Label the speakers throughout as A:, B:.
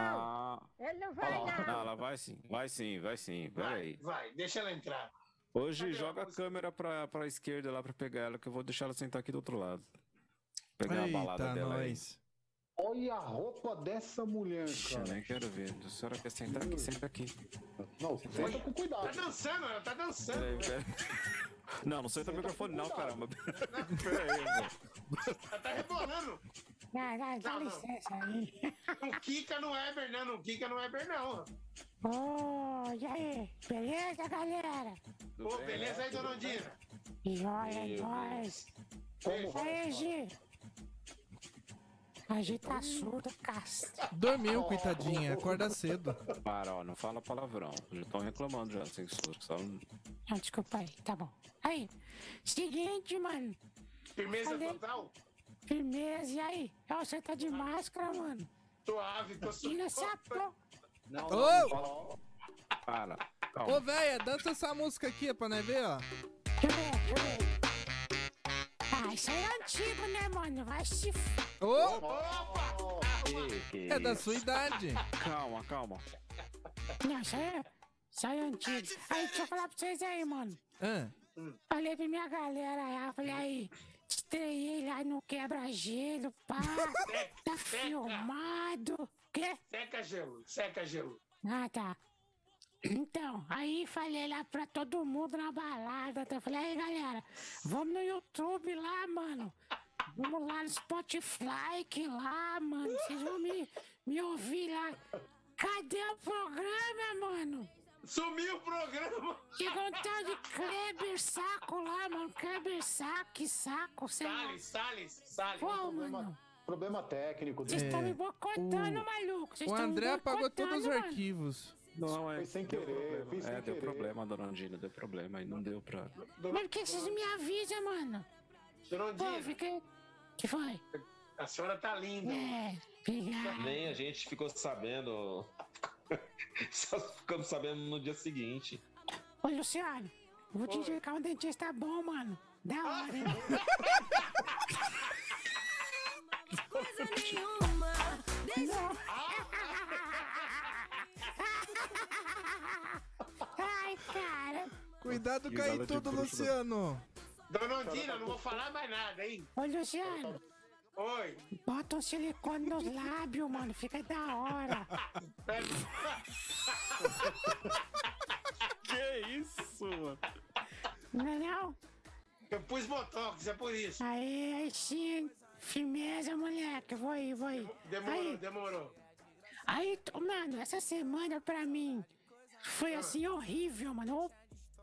A: Ah.
B: Ele não
A: Olha
B: vai,
A: Ah, lá,
B: não.
A: não, ela vai sim, vai sim, vai sim.
C: Vai,
A: Peraí.
C: vai, deixa ela entrar.
A: Hoje
C: Cadê
A: joga
C: a
A: a
C: música?
A: câmera pra, pra esquerda lá pra pegar ela, que eu vou deixar ela sentar aqui do outro lado. Pegar a balada
D: Eita,
A: dela aí.
D: nós.
E: Olha a roupa dessa mulher,
A: Ixi, eu
E: cara.
A: nem quero ver. A senhora quer sentar aqui, senta aqui.
E: Não, senta com
C: Tá
E: cuidado.
C: dançando, ela tá
A: Peraí,
C: dançando.
A: peraí. Não, não senta o microfone, não, caramba. Peraí, pô.
C: Ela tá rebolando.
B: Não, não, dá
C: Não, não.
B: licença aí.
C: O Kika não é Eber, não. O Kika não é Eber, não.
B: Ô, e aí? Beleza, galera?
A: Tudo
C: Ô,
A: bem,
C: beleza
A: né?
C: aí, dona Ondina?
B: Joia, é
A: Meu
B: nóis.
C: Beijo.
B: Aí, Gi. A Gi tá surda, cacete.
D: Dormiu, coitadinha. Acorda cedo.
A: Para, ó, não fala palavrão. Já estão reclamando já, censura. Só um-
B: Não, desculpa aí, tá bom. Aí, seguinte, mano.
C: Firmeza
B: Cadê?
C: total?
B: Firmeza, e aí? Ó, você tá de máscara, mano.
C: Suave, tô
B: E
C: suave.
B: nessa porra.
E: Não,
D: Ô!
A: Para.
D: Ô,
A: Calma.
D: véia, dança essa música aqui pra nós ver, ó.
B: Deixa eu ver, deixa eu ver. Ah, isso aí é antigo, né, mano? Vai se f...
D: Ô,
C: Opa!
A: Que
D: é da
A: isso?
D: sua idade.
A: Calma, calma.
B: Não, isso aí é... Isso aí é antigo. Aí, deixa eu falar pra vocês aí, mano.
D: Hã?
B: Falei pra minha galera aí, eu falei aí, estreiei lá no quebra-gelo, pá, tá filmado, quê?
C: Seca gelo, seca gelo.
B: Ah, tá. Então, aí falei lá pra todo mundo na balada, tá? falei, aí galera, vamos no YouTube lá, mano, vamos lá no Spotify, que lá, mano, vocês vão me, me ouvir lá. Cadê o programa, mano?
C: Sumiu o programa.
B: Chegou um tal de Kleber Saco lá, mano. Kleber Saco, que saco, sei lá.
C: Salles, Salles, Salles.
B: Pô, mano.
E: problema, problema técnico.
B: Vocês
E: Dele.
B: estão me boicotando,
D: o-
B: maluco. Vocês
D: O
B: tão me
D: André apagou
B: boicotando,
D: todos os
B: mano.
D: arquivos.
A: Não, é.
E: Foi sem querer, eu fiz sem
A: É, deu
E: querer.
A: problema, dona Andina, deu problema. Aí não deu pra.
B: Mas por que vocês não me avisam, mano?
C: Dona
B: Pô,
C: Ondina,
B: fiquei. Que foi?
C: a senhora tá linda.
B: É, obrigado.
F: Nem a gente ficou sabendo. Só ficamos sabendo no dia seguinte.
B: Ô, Luciano, vou te indicar um dentista bom, mano. Da hora, hein?
G: Coisa nenhuma. Desde
B: Ai, cara.
D: Cuidado,
A: Risada
D: cai
A: de
D: tudo,
A: bruxo,
D: Luciano.
C: Dona
E: tá
C: Ondina, não vou falar mais nada, hein?
B: Ô, Luciano,
C: Oi.
B: bota um silicone nos lábios, mano. Fica da hora.
A: Que isso, mano?
B: Não é não?
C: Eu pus botox, é por isso.
B: Aí, aí sim. Firmeza, moleque. Vou aí, vou aí.
C: Demorou,
B: Aí,
C: demorou.
B: Aí, t- mano, essa semana pra mim foi
A: Ah.
B: assim horrível, mano. Ô,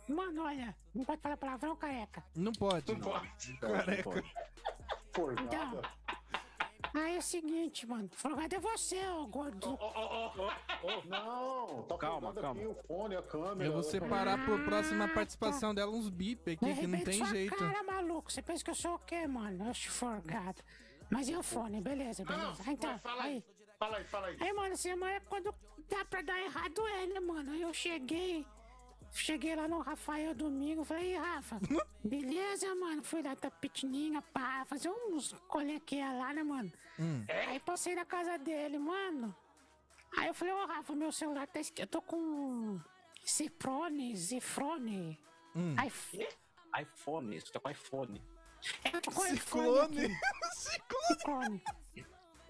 B: Mano, olha, não pode falar palavrão careca.
D: Não pode.
C: Não pode.
B: Então.
E: Forjada.
B: Aí é o seguinte, mano. Falou, cadê você, ô gordo?
C: Ó, ó, ó.
E: Não, tá
A: Calma,
E: cuidado
A: calma.
E: aqui o fone, a câmera.
D: Eu vou separar pro próxima participação dela uns bip aqui que não
B: Arrebento
D: tem
B: Ah, tá. sua
D: jeito.
B: cara, maluco. Você pensa que eu sou o quê, mano? Eu sou forgado. Mas e o fone? Beleza,
C: Ah, não.
B: beleza. Ah, então,
C: vai, fala
B: aí.
C: aí. Fala aí, fala aí.
B: Aí, mano, semana quando dá pra dar errado é, né, mano? Aí eu cheguei, cheguei lá no Rafael domingo, falei, "Ei, Rafa, beleza, mano? Fui lá da Pitininha, pá, fazer uns colequinha lá, né, mano?
A: É?
B: Aí passei na casa dele, mano. Aí eu falei, ô Rafa, meu celular tá esquecido. Eu tô com Ciprone, Zifrone. Aí,
A: iPhone, isso tá com iPhone.
B: eu tô com iPhone
D: Ciclone.
B: aqui. Cone.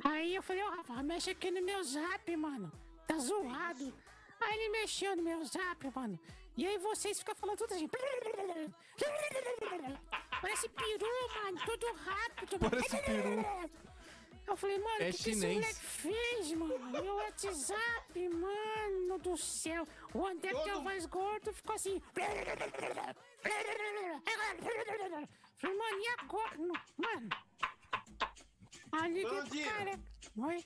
B: Aí eu falei, ó, Rafa, mexe aqui no meu zap, mano. Tá zoado. Aí ele mexeu no meu zap, mano. E aí vocês ficam falando tudo assim. Parece peru, mano. Tudo rápido. mano.
D: Parece peru.
B: Eu falei, mano, o
D: É
B: que, que esse
D: chinês.
B: moleque fez, mano? Meu WhatsApp, mano do céu. O André que é o
C: Todo-
B: mais gordo ficou assim. Falei, mano, e agora? Mano. Aí eu liguei pro
C: Bandinho.
B: cara. Oi?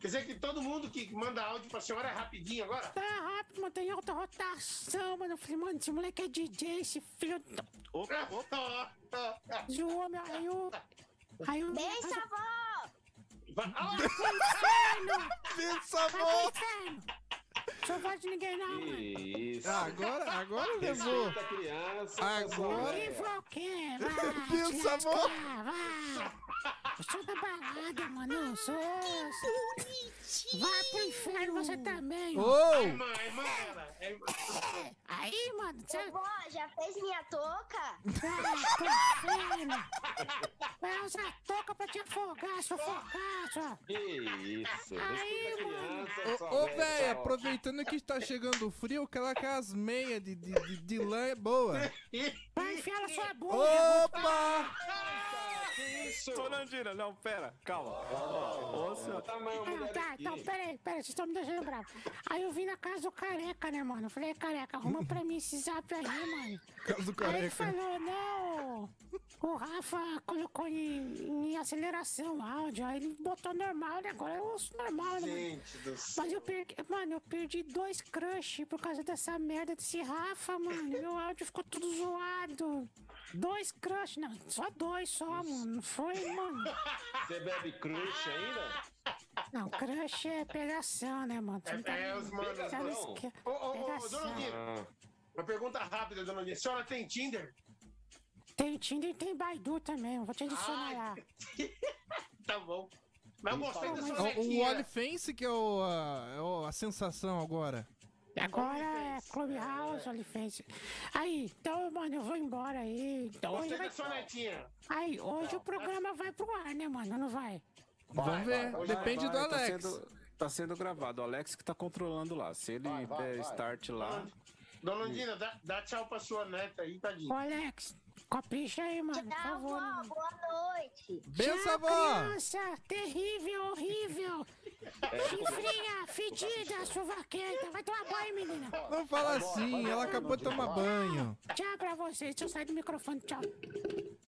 C: Quer dizer que todo mundo que manda áudio pra senhora é rapidinho agora?
B: Tá rápido, mano, tem alta rotação, mano. Eu falei, mano, esse moleque é DJ, esse filho do-
C: Opa!
B: zoou meu. Aí o. Aí o.
G: Beijo, avó.
D: Pensa
B: Vai pro inferno! Sou voz de ninguém, não, mano.
F: Que isso.
D: Ah, Agora, agora levou.
C: tá
F: Eita, criança.
D: Agora.
B: Que vou o quê? Vai,
D: Viu,
B: te
D: Samu?
B: lascar, vai. Eu sou da balada, mano. Eu sou. Vai pro inferno você também. ó.
C: É
D: Ô!
C: irmã, é irmã dela. É irmã.
B: Aí, mano, é você
G: Ô, vó, já fez minha touca?
B: vai Vai usar toca pra te afogar, seu fogaço.
F: Que isso?
B: Aí,
F: Respeita a
B: mano.
F: criança, sua
D: Ô, ô véi,
F: só.
D: aproveitando que tá chegando o frio, aquela com as meias de, de, de, de lã é boa.
B: Vai enfiar na sua bunda.
D: Opa!
F: Que isso?
A: Tonandina, não, pera, calma. Ó, ô,
E: é
A: senhor.
F: Tamanho,
B: Não,
F: mulher
B: tá,
F: aqui.
B: então peraí, peraí, vocês estão me deixando bravo. Aí eu vim na casa do careca, né, mano? Eu falei, careca, arruma pra mim esse zap aí, mano.
D: Caso
B: Aí ele
D: careca.
B: falou, não, o Rafa colocou em, em aceleração o áudio, aí ele botou normal, né? Agora eu ouço normal, né, mano?
C: Gente do céu.
B: Mas eu perdi, mano, eu perdi dois crush por causa dessa merda desse Rafa, mano. Meu áudio ficou tudo zoado. Dois crush, não, só dois só, mano. Não foi, mano.
F: Você bebe crush ainda?
B: Não, crush é pegação, né, mano? Você não
C: É, é os manos.
B: você não
F: não.
B: esque-
C: Ô, ô, ô,
B: pegação.
C: dona Lira,
D: Ah.
C: uma pergunta rápida, dona Lira. A senhora tem Tinder?
B: Tem Tinder e tem Baidu também, eu vou te adicionar lá.
C: Tá bom. Mas eu gostei da sua
D: O, o
C: netinha.
D: OnlyFans que é o, a, é o- a sensação agora.
B: Agora é Clubhouse, OnlyFans. Aí, então, mano, eu vou embora aí. Então, hoje
C: Gostei
B: vai...
C: da sua netinha.
B: Aí, hoje o programa vai pro ar, né, mano? Não vai?
D: Vamos ver,
E: vai,
D: depende
A: Vai,
D: do
A: tá
D: Alex.
A: sendo- tá sendo gravado, o Alex que tá controlando lá. Se ele
E: Vai, vai,
A: der
E: vai.
A: start lá.
C: Dona Londrina, dá, dá tchau pra sua neta aí,
B: Ô,
C: tadinha.
B: Alex, capricha aí, mano, por
G: Tchau, vó.
B: favor. né, mano?
G: Boa noite.
D: Benção,
B: Tchau,
D: avó!
B: criança, terrível, horrível. Chifrinha, fedida, suvaquenta. Vai tomar banho, menina.
D: Não fala assim, ela acabou de tomar banho.
B: Tchau pra vocês. Deixa eu sair do microfone. Tchau.